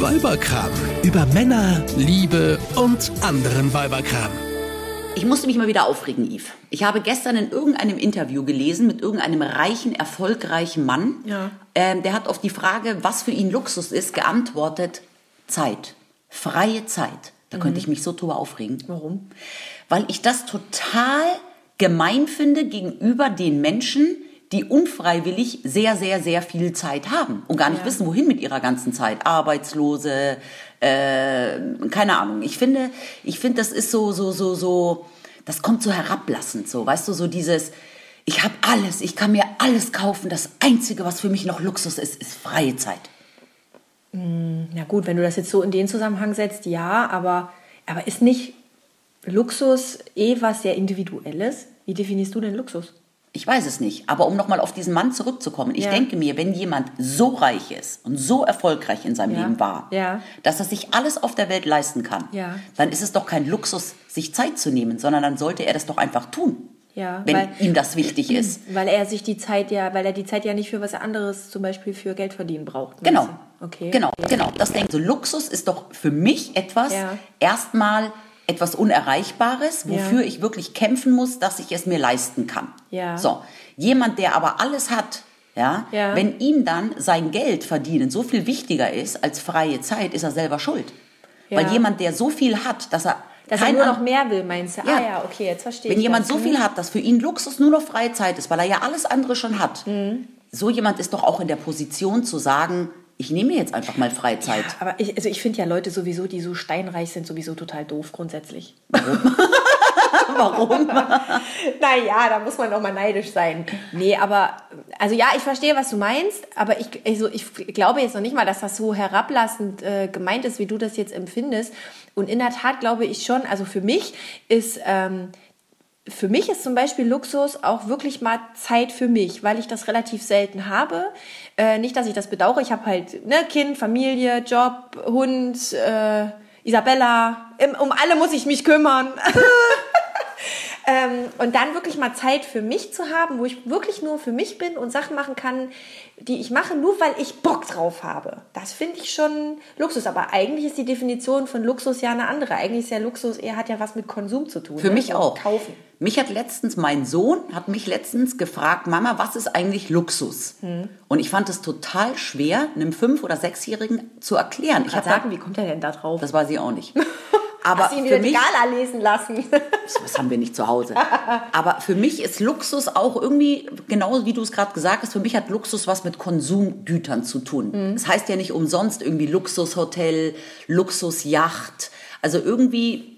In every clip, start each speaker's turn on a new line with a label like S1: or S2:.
S1: Weiberkram. Über Männer, Liebe und anderen Weiberkram.
S2: Ich musste mich mal wieder aufregen, Yves. Ich habe gestern in irgendeinem Interview gelesen mit irgendeinem reichen, erfolgreichen Mann.
S3: Ja.
S2: Ähm, der hat auf die Frage, was für ihn Luxus ist, geantwortet, Zeit. Freie Zeit. Da könnte ich mich so drüber aufregen.
S3: Mhm. Warum?
S2: Weil ich das total gemein finde gegenüber den Menschen, die unfreiwillig sehr, sehr, sehr viel Zeit haben und gar nicht
S3: Ja.
S2: wissen, wohin mit ihrer ganzen Zeit. Arbeitslose, keine Ahnung. Ich finde, ich finde, das ist so, so, so, so, das kommt so herablassend, so, weißt du, so dieses, ich habe alles, ich kann mir alles kaufen. Das Einzige, was für mich noch Luxus ist, ist freie Zeit.
S3: Na gut, wenn du das jetzt so in den Zusammenhang setzt, ja, aber, aber ist nicht Luxus eh was sehr Individuelles? Wie definierst du denn Luxus?
S2: Ich weiß es nicht, aber um nochmal auf diesen Mann zurückzukommen, ich
S3: Ja.
S2: denke mir, wenn jemand so reich ist und so erfolgreich in seinem
S3: Ja.
S2: Leben war,
S3: Ja.
S2: dass er sich alles auf der Welt leisten kann,
S3: Ja.
S2: dann ist es doch kein Luxus, sich Zeit zu nehmen, sondern dann sollte er das doch einfach tun,
S3: Ja,
S2: wenn
S3: weil-
S2: ihm das wichtig ist.
S3: Weil er sich die Zeit ja, weil er die Zeit ja nicht für was anderes, zum Beispiel für Geld verdienen braucht.
S2: Genau.
S3: meinst du? Okay.
S2: Genau, genau. Das denkt so Luxus ist doch für mich etwas
S3: Ja.
S2: erstmal etwas unerreichbares, wofür
S3: Ja.
S2: ich wirklich kämpfen muss, dass ich es mir leisten kann.
S3: Ja.
S2: So, jemand, der aber alles hat, ja,
S3: Ja.
S2: wenn ihm dann sein Geld verdienen so viel wichtiger ist als freie Zeit, ist er selber schuld.
S3: Ja.
S2: Weil jemand, der so viel hat, dass er
S3: Dass
S2: kein
S3: er nur
S2: an-
S3: noch mehr will, meinst du?
S2: Ja.
S3: Ah ja, okay, jetzt verstehe
S2: wenn
S3: ich. hm.
S2: jemand
S3: das. Mhm.
S2: so viel hat, dass für ihn Luxus nur noch freie Zeit ist, weil er ja alles andere schon hat,
S3: Hm.
S2: so jemand ist doch auch in der Position zu sagen, ich nehme mir jetzt einfach mal freie Zeit.
S3: Aber ich, also ich finde ja Leute sowieso, die so steinreich sind, sowieso total doof grundsätzlich.
S2: Warum?
S3: Naja, da muss man auch mal neidisch sein. Nee, aber, also ja, ich verstehe, was du meinst, aber ich, also ich glaube jetzt noch nicht mal, dass das so herablassend äh, gemeint ist, wie du das jetzt empfindest. Und in der Tat glaube ich schon, also für mich ist, ähm, für mich ist zum Beispiel Luxus auch wirklich mal Zeit für mich, weil ich das relativ selten habe. Äh, nicht, dass ich das bedauere, ich habe halt ne, Kind, Familie, Job, Hund, äh, Isabella, Im, um alle muss ich mich kümmern. Ähm, und dann wirklich mal Zeit für mich zu haben, wo ich wirklich nur für mich bin und Sachen machen kann, die ich mache, nur weil ich Bock drauf habe. Das finde ich schon Luxus. Aber eigentlich ist die Definition von Luxus ja eine andere. Eigentlich ist ja Luxus eher hat ja was mit Konsum zu tun.
S2: Für
S3: ne?
S2: mich
S3: So
S2: auch.
S3: Kaufen.
S2: Mich hat letztens mein Sohn hat mich letztens gefragt, Mama, was ist eigentlich Luxus?
S3: Hm.
S2: Und ich fand es total schwer, einem fünf oder sechsjährigen zu erklären. Ich
S3: Ich
S2: hab da-
S3: sagen, wie kommt er denn da drauf?
S2: das weiß ich auch nicht. Aber
S3: Hast du ihn
S2: für
S3: wieder die
S2: mich,
S3: Gala lesen lassen.
S2: das haben wir nicht zu Hause. Aber für mich ist Luxus auch irgendwie, genau wie du es gerade gesagt hast, für mich hat Luxus was mit Konsumgütern zu tun.
S3: Mhm.
S2: Das heißt ja nicht umsonst irgendwie Luxushotel, Luxusjacht. Also irgendwie,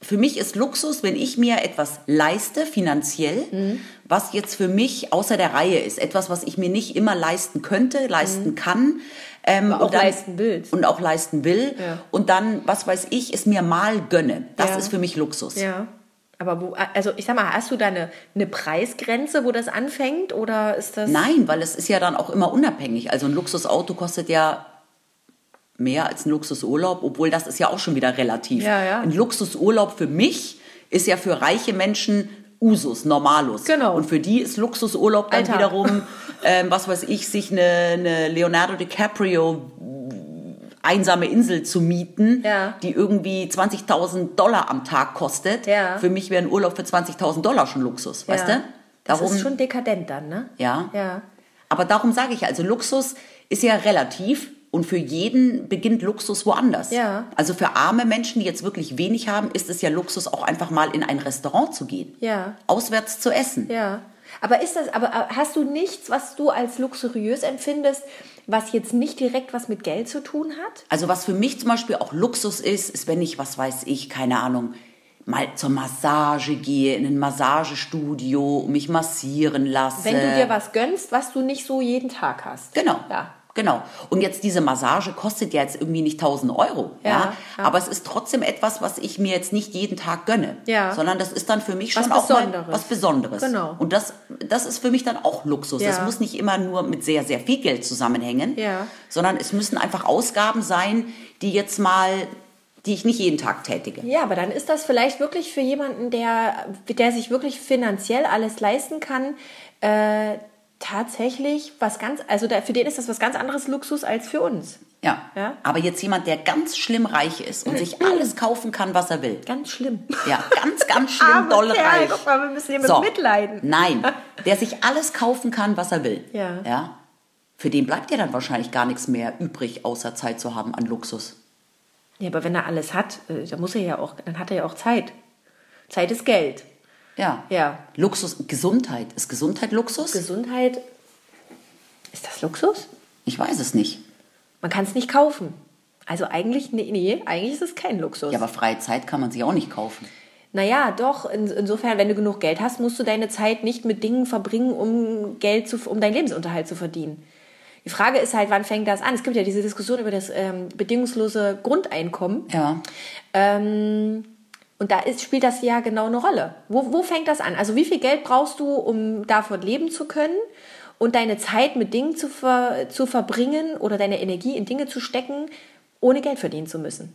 S2: für mich ist Luxus, wenn ich mir etwas leiste finanziell,
S3: Mhm.
S2: was jetzt für mich außer der Reihe ist. Etwas, was ich mir nicht immer leisten könnte, leisten kann. Ähm,
S3: Mhm. Aber auch leisten willst.
S2: Und auch leisten will.
S3: Ja.
S2: Und dann, was weiß ich, es mir mal gönne. Das
S3: Ja.
S2: ist für mich Luxus.
S3: ja. Aber wo, also ich sag mal, hast du da eine, eine Preisgrenze, wo das anfängt? Oder ist das.
S2: Nein, weil es ist ja dann auch immer unabhängig. Also ein Luxusauto kostet ja mehr als ein Luxusurlaub, obwohl das ist ja auch schon wieder relativ.
S3: Ja, ja.
S2: Ein Luxusurlaub für mich ist ja für reiche Menschen Usus, Normalus.
S3: Genau.
S2: Und für die ist Luxusurlaub dann
S3: Alltag.
S2: wiederum, ähm, was weiß ich, sich eine, eine Leonardo DiCaprio einsame Insel zu mieten,
S3: Ja.
S2: die irgendwie 20.000 Dollar am Tag kostet.
S3: Ja.
S2: Für mich wäre ein Urlaub für 20.000 Dollar schon Luxus,
S3: Ja.
S2: weißt du?
S3: Das
S2: Darum,
S3: ist schon dekadent dann, ne?
S2: ja.
S3: Ja.
S2: Aber darum sage ich, also Luxus ist ja relativ und für jeden beginnt Luxus woanders.
S3: Ja.
S2: Also für arme Menschen, die jetzt wirklich wenig haben, ist es ja Luxus, auch einfach mal in ein Restaurant zu gehen.
S3: Ja.
S2: Auswärts zu essen.
S3: Ja. Aber ist das, aber äh, hast du nichts, was du als luxuriös empfindest, was jetzt nicht direkt was mit Geld zu tun hat?
S2: Also was für mich zum Beispiel auch Luxus ist, ist, wenn ich, was weiß ich, keine Ahnung, mal zur Massage gehe, in ein Massagestudio, mich massieren lasse.
S3: Wenn du dir was gönnst, was du nicht so jeden Tag hast.
S2: Genau.
S3: Ja.
S2: Genau. Und jetzt diese Massage kostet ja jetzt irgendwie nicht 1000 Euro. Ja,
S3: Ja, ja.
S2: Aber es ist trotzdem etwas, was ich mir jetzt nicht jeden Tag gönne.
S3: Ja.
S2: Sondern das ist dann für mich
S3: Was
S2: schon auch mal
S3: Besonderes.
S2: was Besonderes.
S3: Genau.
S2: Und das, das ist für mich dann auch Luxus.
S3: Ja.
S2: Das muss nicht immer nur mit sehr, sehr viel Geld zusammenhängen.
S3: Ja.
S2: Sondern es müssen einfach Ausgaben sein, die jetzt mal, die ich nicht jeden Tag tätige.
S3: Ja, aber dann ist das vielleicht wirklich für jemanden, der, der sich wirklich finanziell alles leisten kann, äh, tatsächlich was ganz, also da, für den ist das was ganz anderes Luxus als für uns.
S2: Ja.
S3: Ja?
S2: Aber jetzt jemand, der ganz schlimm reich ist und sich alles kaufen kann, was er will.
S3: Ganz schlimm.
S2: Ja, ganz, ganz schlimm
S3: Arme
S2: doll
S3: Kerl,
S2: reich.
S3: guck mal, wir müssen hier mit mitleiden.
S2: Nein, der sich alles kaufen kann, was er will.
S3: Ja.
S2: ja. Für den bleibt ja dann wahrscheinlich gar nichts mehr übrig, außer Zeit zu haben an Luxus.
S3: Ja, aber wenn er alles hat, äh, dann muss er ja auch, dann hat er ja auch Zeit. Zeit ist Geld.
S2: Ja.
S3: Ja.
S2: Luxus, Gesundheit. Ist Gesundheit Luxus?
S3: Gesundheit. Ist das Luxus?
S2: ich weiß es nicht.
S3: Man kann es nicht kaufen. Also eigentlich, nee, nee, eigentlich ist es kein Luxus.
S2: Ja, aber freie Zeit kann man sich auch nicht kaufen.
S3: Naja, doch, in, insofern, wenn du genug Geld hast, musst du deine Zeit nicht mit Dingen verbringen, um Geld zu, um deinen Lebensunterhalt zu verdienen. Die Frage ist halt, wann fängt das an? Es gibt ja diese Diskussion über das ähm, bedingungslose Grundeinkommen.
S2: Ja.
S3: Ähm, und da ist, spielt das ja genau eine Rolle. Wo, wo fängt das an? Also wie viel Geld brauchst du, um davon leben zu können und deine Zeit mit Dingen zu, ver, zu verbringen oder deine Energie in Dinge zu stecken, ohne Geld verdienen zu müssen?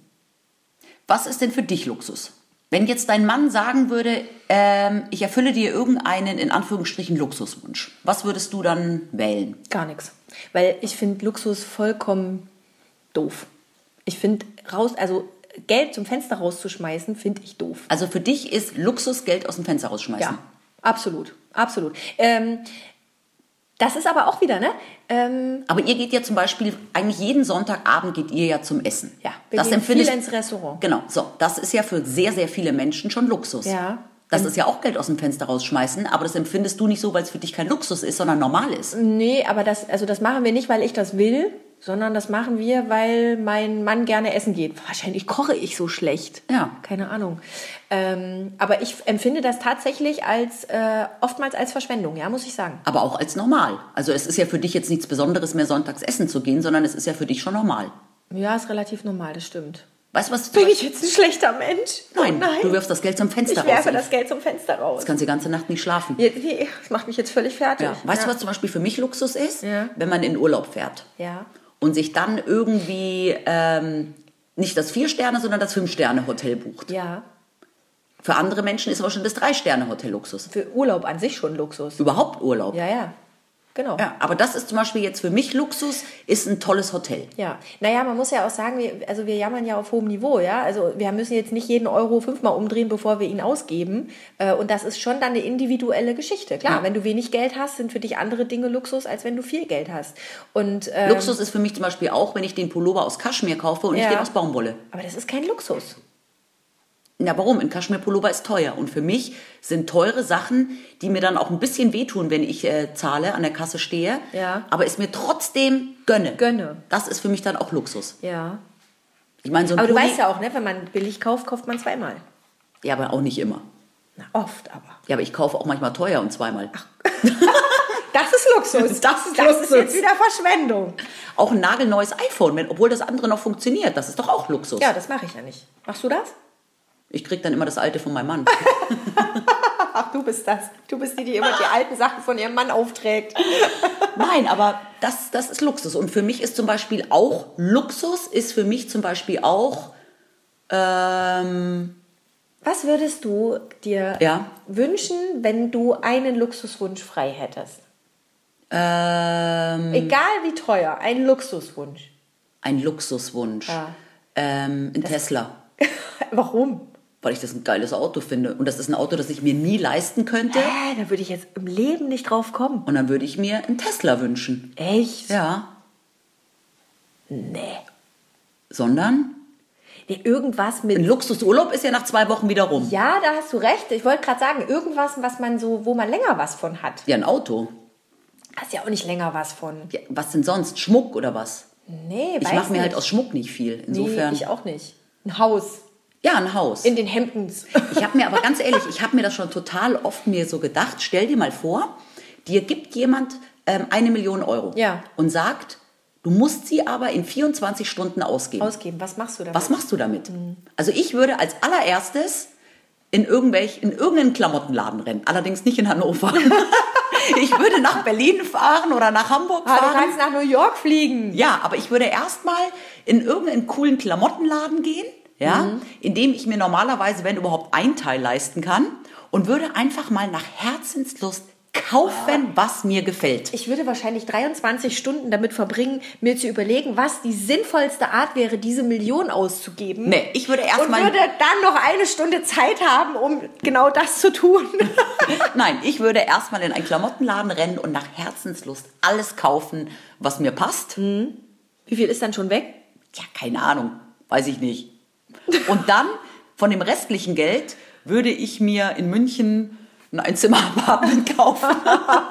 S2: Was ist denn für dich Luxus? Wenn jetzt dein Mann sagen würde, ähm, ich erfülle dir irgendeinen in Anführungsstrichen Luxuswunsch, was würdest du dann wählen?
S3: Gar nichts. Weil ich finde Luxus vollkommen doof. Ich finde raus, also Geld zum Fenster rauszuschmeißen, finde ich doof.
S2: Also für dich ist Luxus Geld aus dem Fenster rausschmeißen.
S3: Ja, absolut, absolut. Ähm, das ist aber auch wieder, ne? Ähm,
S2: Aber ihr geht ja zum Beispiel, eigentlich jeden Sonntagabend geht ihr ja zum Essen.
S3: Ja, wir
S2: das
S3: gehen
S2: empfinde
S3: viel
S2: ich-
S3: ins Restaurant.
S2: Genau, so. Das ist ja für sehr, sehr viele Menschen schon Luxus.
S3: Ja.
S2: Das ist ja auch Geld aus dem Fenster rausschmeißen, aber das empfindest du nicht so, weil es für dich kein Luxus ist, sondern normal ist.
S3: nee, aber das, also das machen wir nicht, weil ich das will, sondern das machen wir, weil mein Mann gerne essen geht. Wahrscheinlich koche ich so schlecht.
S2: Ja.
S3: Keine Ahnung. Ähm, aber ich empfinde das tatsächlich als äh, oftmals als Verschwendung, ja, muss ich sagen.
S2: Aber auch als normal. Also es ist ja für dich jetzt nichts Besonderes mehr, sonntags essen zu gehen, sondern es ist ja für dich schon normal.
S3: Ja, ist relativ normal, das stimmt.
S2: Weißt du was?
S3: Bin ich jetzt ein schlechter Mensch?
S2: nein,
S3: oh nein.
S2: du wirfst das Geld zum Fenster
S3: ich werfe
S2: raus.
S3: das Geld zum Fenster raus.
S2: Du kannst die ganze Nacht nicht schlafen.
S3: Je- je- Das macht mich jetzt völlig fertig.
S2: Ja. Weißt du, was zum Beispiel für mich Luxus ist?
S3: Ja.
S2: Wenn man in Urlaub fährt
S3: Ja.
S2: und sich dann irgendwie ähm, nicht das Vier-Sterne, sondern das Fünf-Sterne-Hotel bucht.
S3: Ja.
S2: Für andere Menschen ist aber schon das Drei-Sterne-Hotel Luxus.
S3: Für Urlaub an sich schon Luxus.
S2: Überhaupt Urlaub.
S3: Ja, ja. Genau.
S2: Ja, aber das ist zum Beispiel jetzt für mich Luxus, ist ein tolles Hotel.
S3: Ja, naja, man muss ja auch sagen, wir, also wir jammern ja auf hohem Niveau, ja. Also wir müssen jetzt nicht jeden Euro fünfmal umdrehen, bevor wir ihn ausgeben. Äh, Und das ist schon dann eine individuelle Geschichte. Klar,
S2: Ja.
S3: wenn du wenig Geld hast, sind für dich andere Dinge Luxus, als wenn du viel Geld hast. Und ähm,
S2: Luxus ist für mich zum Beispiel auch, wenn ich den Pullover aus Kaschmir kaufe und
S3: Ja.
S2: nicht den aus Baumwolle.
S3: aber das ist kein Luxus.
S2: Na warum? Ein Kaschmir-Pullover ist teuer. Und für mich sind teure Sachen, die mir dann auch ein bisschen wehtun, wenn ich äh, zahle, an der Kasse stehe.
S3: Ja.
S2: Aber es mir trotzdem gönne.
S3: Gönne.
S2: Das ist für mich dann auch Luxus.
S3: Ja.
S2: Ich meine, so ein
S3: Aber du
S2: Pulli-
S3: weißt ja auch, ne, wenn man billig kauft, kauft man zweimal.
S2: Ja, aber auch nicht immer.
S3: Na, oft aber.
S2: Ja, aber ich kaufe auch manchmal teuer und zweimal.
S3: Das ist Luxus.
S2: Das ist
S3: das
S2: Luxus.
S3: ist jetzt wieder Verschwendung.
S2: Auch ein nagelneues iPhone, wenn, obwohl das andere noch funktioniert. Das ist doch auch Luxus.
S3: Ja, das mache ich ja nicht. Machst du das?
S2: Ich krieg dann immer das alte von meinem Mann.
S3: Ach, du bist das. Du bist die, die immer die alten Sachen von ihrem Mann aufträgt.
S2: Nein, aber das, das ist Luxus. Und für mich ist zum Beispiel auch, Luxus ist für mich zum Beispiel auch, ähm,
S3: Was würdest du dir
S2: Ja.
S3: wünschen, wenn du einen Luxuswunsch frei hättest? Hm.
S2: ähm,
S3: Egal wie teuer, ein Luxuswunsch.
S2: ein Luxuswunsch.
S3: Ja.
S2: Ähm, ein Tesla.
S3: Warum?
S2: Weil ich das ein geiles Auto finde. Und das ist ein Auto, das ich mir nie leisten könnte.
S3: Äh, da würde ich jetzt im Leben nicht drauf kommen.
S2: Und dann würde ich mir einen Tesla wünschen.
S3: Echt?
S2: Ja.
S3: Nee.
S2: Sondern
S3: nee. Irgendwas
S2: ein
S3: mit.
S2: Luxusurlaub ist ja nach zwei Wochen wieder rum.
S3: Ja, da hast du recht. Ich wollte gerade sagen, irgendwas, was man so, wo man länger was von hat.
S2: Ja, ein Auto.
S3: Hast ja auch nicht länger was von.
S2: Ja, was denn sonst? Schmuck oder was?
S3: Nee,
S2: Ich
S3: weiß
S2: mache mir
S3: nicht.
S2: halt aus Schmuck nicht viel. Insofern.
S3: Nee, ich auch nicht. Ein Haus
S2: Ja, ein Haus.
S3: in den Hamptons.
S2: Ich habe mir aber ganz ehrlich, ich habe mir das schon total oft mir so gedacht. Stell dir mal vor, dir gibt jemand ähm, eine Million Euro
S3: Ja.
S2: und sagt, du musst sie aber in 24 Stunden ausgeben.
S3: Ausgeben. Was machst du da?
S2: Was machst du damit?
S3: Mhm.
S2: Also ich würde als allererstes in, irgendwelch, in irgendeinen Klamottenladen rennen, allerdings nicht in Hannover. ich würde nach Berlin fahren oder nach Hamburg
S3: Ah, du
S2: fahren.
S3: kannst nach New York fliegen.
S2: Ja, aber ich würde erstmal in irgendeinen coolen Klamottenladen gehen, ja,
S3: Mhm.
S2: in dem ich mir normalerweise, wenn überhaupt, ein Teil leisten kann und würde einfach mal nach Herzenslust kaufen, was mir gefällt.
S3: Ich würde wahrscheinlich 23 Stunden damit verbringen, mir zu überlegen, was die sinnvollste Art wäre, diese Million auszugeben.
S2: Nee, ich würde erst
S3: Und
S2: mal-
S3: würde dann noch eine Stunde Zeit haben, um genau das zu tun.
S2: Nein, ich würde erstmal in einen Klamottenladen rennen und nach Herzenslust alles kaufen, was mir passt.
S3: Wie viel ist dann schon weg?
S2: Ja, keine Ahnung, weiß ich nicht. Und dann von dem restlichen Geld würde ich mir in München ein Einzimmer-Apartment kaufen.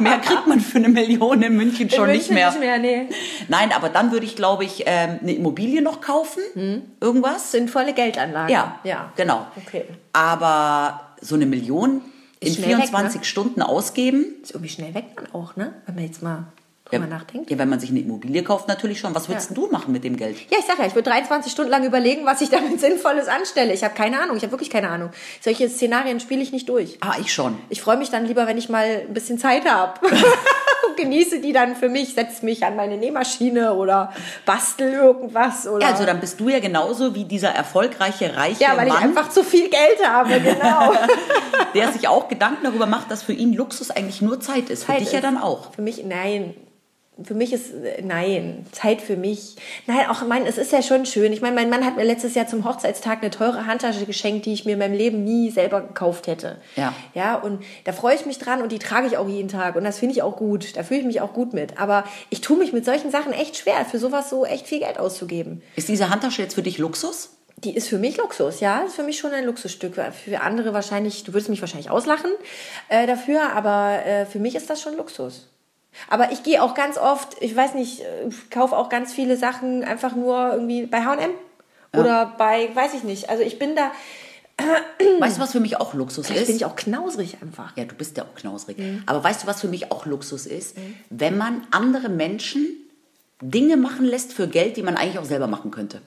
S2: mehr kriegt man für eine Million in München schon nicht
S3: München
S2: mehr.
S3: Nicht mehr nee.
S2: Nein, aber dann würde ich, glaube ich, ähm, eine Immobilie noch kaufen, irgendwas.
S3: Sinnvolle Geldanlage.
S2: Ja,
S3: Hm. ja.
S2: genau.
S3: Okay.
S2: Aber so eine Million in
S3: Ist schnell weg, ne?
S2: 24 Stunden ausgeben.
S3: Ist irgendwie schnell weg dann auch, ne? Wenn man jetzt mal drüber nachdenkt.
S2: ja, wenn man sich eine Immobilie kauft, natürlich schon. Was würdest
S3: Ja.
S2: du machen mit dem Geld?
S3: Ja, ich sag ja, ich würde 23 Stunden lang überlegen, was ich damit Sinnvolles anstelle. Ich habe keine Ahnung, ich habe wirklich keine Ahnung. Solche Szenarien spiele ich nicht durch.
S2: Ah, ich schon.
S3: Ich freue mich dann lieber, wenn ich mal ein bisschen Zeit habe. Und genieße die dann für mich, setze mich an meine Nähmaschine oder bastel irgendwas. Oder
S2: Ja, also dann bist du ja genauso wie dieser erfolgreiche, reiche
S3: ja, weil ich
S2: Mann,
S3: einfach zu viel Geld habe, genau.
S2: der sich auch Gedanken darüber macht, dass für ihn Luxus eigentlich nur Zeit ist. für
S3: Zeit
S2: dich
S3: ist.
S2: ja dann auch.
S3: Für mich, nein. Für mich ist, äh, nein, Zeit für mich. Nein, auch mein, es ist ja schon schön. Ich meine, mein Mann hat mir letztes Jahr zum Hochzeitstag eine teure Handtasche geschenkt, die ich mir in meinem Leben nie selber gekauft hätte.
S2: Ja.
S3: Ja, und da freue ich mich dran und die trage ich auch jeden Tag. Und das finde ich auch gut. Da fühle ich mich auch gut mit. Aber ich tue mich mit solchen Sachen echt schwer, für sowas so echt viel Geld auszugeben.
S2: Ist diese Handtasche jetzt für dich Luxus?
S3: Die ist für mich Luxus, ja, ist für mich schon ein Luxusstück. Für andere wahrscheinlich, du würdest mich wahrscheinlich auslachen äh, dafür, aber äh, für mich ist das schon Luxus. Aber ich gehe auch ganz oft, ich weiß nicht, äh, ich kaufe auch ganz viele Sachen einfach nur irgendwie bei H&M oder bei, weiß ich nicht. Also ich bin da,
S2: Weißt du, was für mich auch Luxus
S3: ich
S2: ist?
S3: Hm. bin ich Hm. auch knausrig einfach.
S2: Ja, du bist ja auch knausrig. Aber weißt du, was für mich auch Luxus ist?
S3: Hm.
S2: Wenn man andere Menschen Dinge machen lässt für Geld, die man eigentlich auch selber machen könnte.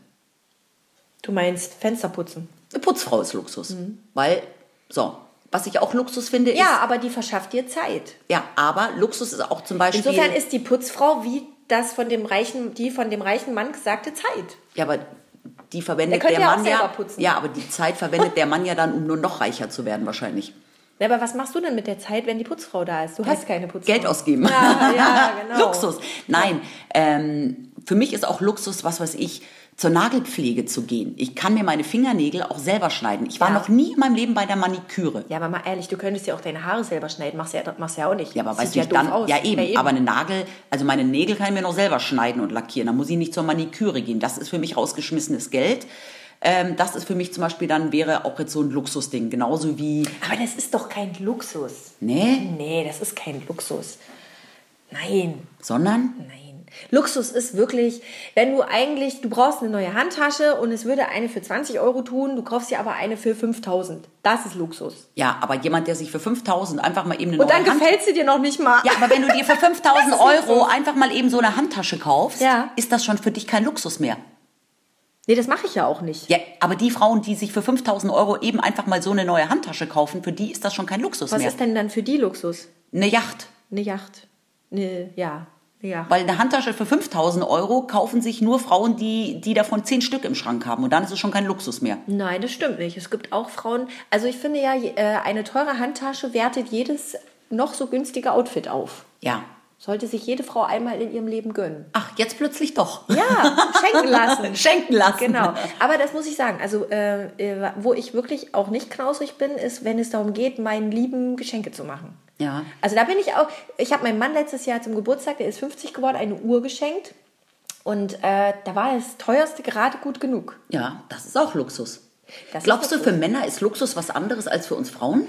S3: Du meinst Fenster putzen.
S2: Eine Putzfrau ist Luxus. Weil, so, was ich auch Luxus finde,
S3: Hm. Ja, aber die verschafft dir Zeit.
S2: ist, ja, aber Luxus ist auch zum Beispiel,
S3: Insofern ist die Putzfrau wie das von dem reichen, die von dem reichen Mann gesagte Zeit.
S2: ja, aber die verwendet
S3: Der könnte
S2: der
S3: ja auch
S2: Mann ja,
S3: selber putzen.
S2: ja, aber die Zeit verwendet der Mann ja dann, um nur noch reicher zu werden wahrscheinlich.
S3: Na, aber was machst du denn mit der Zeit, wenn die Putzfrau da ist? Du hast keine Putzfrau.
S2: Geld ausgeben.
S3: Ja, ja, genau.
S2: Luxus. Nein, ähm, für mich ist auch Luxus, was weiß ich, zur Nagelpflege zu gehen. Ich kann mir meine Fingernägel auch selber schneiden. Ich war
S3: Ja.
S2: noch nie in meinem Leben bei der Maniküre.
S3: Ja, aber mal ehrlich, du könntest ja auch deine Haare selber schneiden. Machst ja, machst ja auch nicht.
S2: Ja, aber
S3: Sieht
S2: weißt du, ich
S3: doof
S2: dann,
S3: aus.
S2: ja eben, aber eine Nagel, also meine Nägel kann ich mir noch selber schneiden und lackieren. Da muss ich nicht zur Maniküre gehen. Das ist für mich rausgeschmissenes Geld. Ähm, das ist für mich zum Beispiel dann, wäre auch jetzt so ein Luxusding. Genauso wie,
S3: aber das ist doch kein Luxus.
S2: ne,
S3: Nee, das ist kein Luxus. Nein,
S2: sondern,
S3: nein. Luxus ist wirklich, wenn du eigentlich, du brauchst eine neue Handtasche und es würde eine für 20 Euro tun, du kaufst dir aber eine für 5000. Das ist Luxus.
S2: ja, aber jemand, der sich für 5000 einfach mal eben eine
S3: Und dann
S2: neue Hand-
S3: gefällt sie dir noch nicht mal.
S2: Ja, aber wenn du dir für 5000
S3: Das ist
S2: Euro
S3: Luxus.
S2: einfach mal eben so eine Handtasche kaufst,
S3: Ja.
S2: ist das schon für dich kein Luxus mehr.
S3: Nee, das mache ich ja auch nicht.
S2: Ja, aber die Frauen, die sich für 5000 Euro eben einfach mal so eine neue Handtasche kaufen, für die ist das schon kein Luxus
S3: Was
S2: mehr.
S3: ist denn dann für die Luxus?
S2: Eine Yacht.
S3: Eine Yacht. Eine, ja, eine Yacht.
S2: Weil eine Handtasche für 5000 Euro kaufen sich nur Frauen, die, die davon 10 Stück im Schrank haben. Und dann ist es schon kein Luxus mehr.
S3: Nein, das stimmt nicht. Es gibt auch Frauen. Also ich finde ja, je- äh, eine teure Handtasche wertet jedes noch so günstige Outfit auf.
S2: Ja.
S3: Sollte sich jede Frau einmal in ihrem Leben gönnen.
S2: Ach, jetzt plötzlich doch.
S3: Ja, schenken lassen.
S2: Schenken lassen.
S3: Genau. Aber das muss ich sagen. Also äh, äh, wo ich wirklich auch nicht knausrig bin, ist, wenn es darum geht, meinen Lieben Geschenke zu machen.
S2: Ja.
S3: Also da bin ich auch. Ich habe meinem Mann letztes Jahr zum Geburtstag, der ist 50 geworden, eine Uhr geschenkt. Und äh, da war das teuerste gerade gut genug.
S2: Ja, das ist auch Luxus.
S3: Das
S2: Glaubst du,
S3: ist Luxus.
S2: für Männer ist Luxus was anderes als für uns Frauen?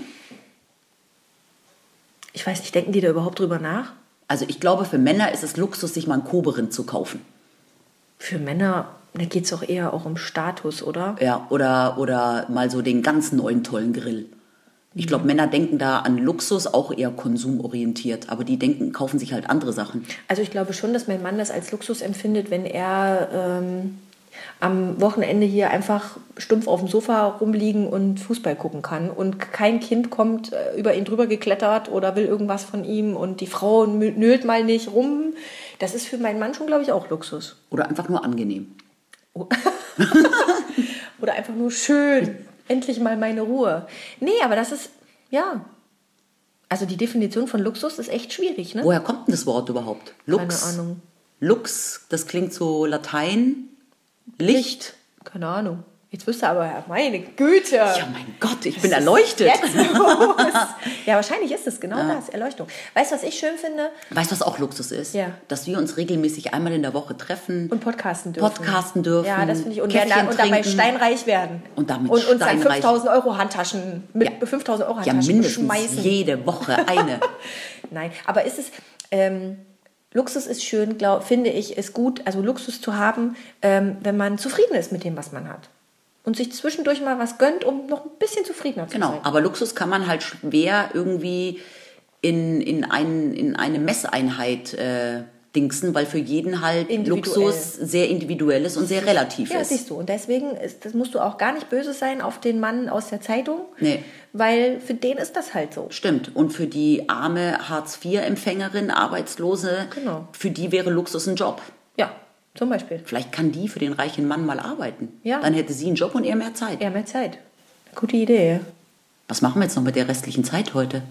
S3: Ich weiß nicht, denken die da überhaupt drüber nach?
S2: Also ich glaube, für Männer ist es Luxus, sich mal einen Koberin zu kaufen.
S3: Für Männer, da geht es doch eher auch um Status, oder?
S2: Ja, oder, oder mal so den ganz neuen tollen Grill. Ich
S3: Mhm.
S2: glaube, Männer denken da an Luxus, auch eher konsumorientiert. Aber die denken, kaufen sich halt andere Sachen.
S3: Also ich glaube schon, dass mein Mann das als Luxus empfindet, wenn er ähm, am Wochenende hier einfach stumpf auf dem Sofa rumliegen und Fußball gucken kann und kein Kind kommt äh, über ihn drüber geklettert oder will irgendwas von ihm und die Frau nö- nölt mal nicht rum. Das ist für meinen Mann schon, glaube ich, auch Luxus.
S2: Oder einfach nur angenehm.
S3: Oder einfach nur schön. Endlich mal meine Ruhe. Nee, aber das ist, ja. Also die Definition von Luxus ist echt schwierig, ne?
S2: Woher kommt denn das Wort überhaupt? Lux.
S3: Keine Ahnung.
S2: Lux, das klingt so Latein. Licht.
S3: Keine Ahnung. Jetzt wüsste aber, ja, meine Güte.
S2: Ja, mein Gott, ich bin erleuchtet.
S3: Jetzt los. ja, wahrscheinlich ist es genau das, Erleuchtung. Weißt du, was ich schön finde?
S2: Weißt du, was auch Luxus ist?
S3: Ja.
S2: Dass wir uns regelmäßig einmal in der Woche treffen.
S3: Und podcasten dürfen.
S2: Podcasten dürfen.
S3: Ja, das finde ich. Und,
S2: Käffchen
S3: werden da, und dabei
S2: trinken.
S3: steinreich werden.
S2: Und damit
S3: Und uns dann
S2: steinreich.
S3: 5000 Euro Handtaschen, mit
S2: Ja.
S3: 5000 Euro
S2: Ja,
S3: Handtaschen
S2: mindestens
S3: schmeißen.
S2: jede Woche eine.
S3: Nein, aber ist es. Ähm, Luxus ist schön, glaub, finde ich, ist gut, also Luxus zu haben, ähm, wenn man zufrieden ist mit dem, was man hat. Und sich zwischendurch mal was gönnt, um noch ein bisschen zufriedener zu
S2: Genau,
S3: sein.
S2: aber Luxus kann man halt schwer irgendwie in, in, ein, in eine Messeinheit äh, dingsen, weil für jeden halt
S3: Individuell.
S2: Luxus sehr individuell ist und sehr relativ
S3: Ja,
S2: ist.
S3: siehst du. Und deswegen ist, das musst du auch gar nicht böse sein auf den Mann aus der Zeitung.
S2: Nee.
S3: Weil für den ist das halt so.
S2: Stimmt. Und für die arme Hartz-IV-Empfängerin, Arbeitslose,
S3: Genau.
S2: für die wäre Luxus ein Job.
S3: Ja, zum Beispiel.
S2: Vielleicht kann die für den reichen Mann mal arbeiten.
S3: Ja.
S2: Dann hätte sie einen Job und er mehr Zeit.
S3: Ja, mehr Zeit. Gute Idee.
S2: Was machen wir jetzt noch mit der restlichen Zeit heute?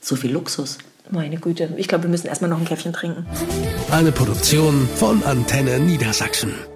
S2: So viel Luxus.
S3: Meine Güte. Ich glaube, wir müssen erstmal noch ein Käffchen trinken.
S1: Eine Produktion von Antenne Niedersachsen.